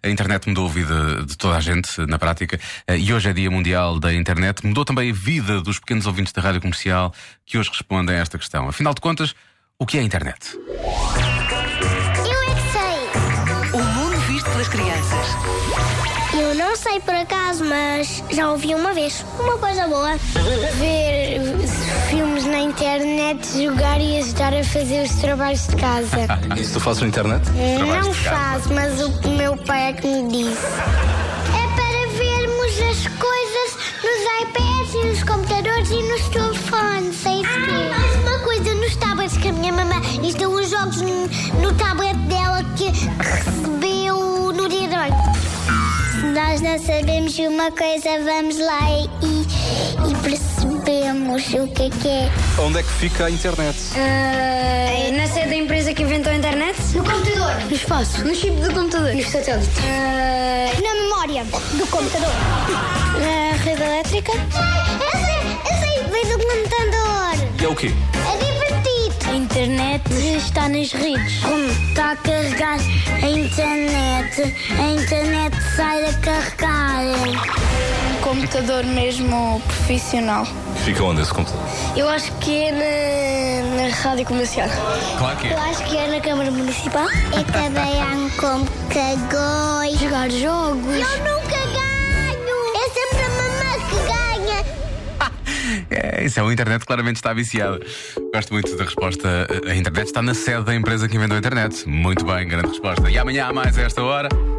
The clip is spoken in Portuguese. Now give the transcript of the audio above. A internet mudou a vida de toda a gente, na prática, eh, e hoje é Dia Mundial da Internet. Mudou também a vida dos pequenos ouvintes da rádio comercial que hoje respondem a esta questão. Afinal de contas, o que é a internet? Eu é que sei. O mundo visto pelas crianças. Eu não sei por acaso, mas já ouvi uma vez. Uma coisa boa. Ver filmes na internet, jogar e ajudar a fazer os trabalhos de casa. Isso tu fazes na internet? trabalhos não de casa. faço, mas o meu pai é que me disse. É para vermos as coisas nos iPads e nos computadores e nos telefones, sei ah, mais uma coisa nos tablets que a minha mamãe instalou os jogos no, no tablet dela que recebeu no dia de hoje. Se nós não sabemos uma coisa, vamos lá e, e percebemos o que é que é. Onde é que fica a internet? na sede da empresa que inventou a internet? No computador. No espaço. No chip do computador. Nos satélites. Na memória do computador. Na rede elétrica. Eu sei, eu sei. Vejo o computador. E é o quê? É divertido. A internet está nas redes. Como está a carregar a internet, a internet sai a carregar. um computador mesmo profissional. Fica onde esse computador? Eu acho que é na, rádio comercial. Claro que é. acho que é na Câmara Municipal. Eu trabalhar É com cagões. Jogar jogos. Eu nunca ganho. É sempre a mamãe que ganha. É, isso é, o internet claramente está viciada. Gosto muito da resposta. Eh, A internet está na sede da empresa que inventou a internet. Muito bem, grande resposta. E amanhã, a mais a esta hora.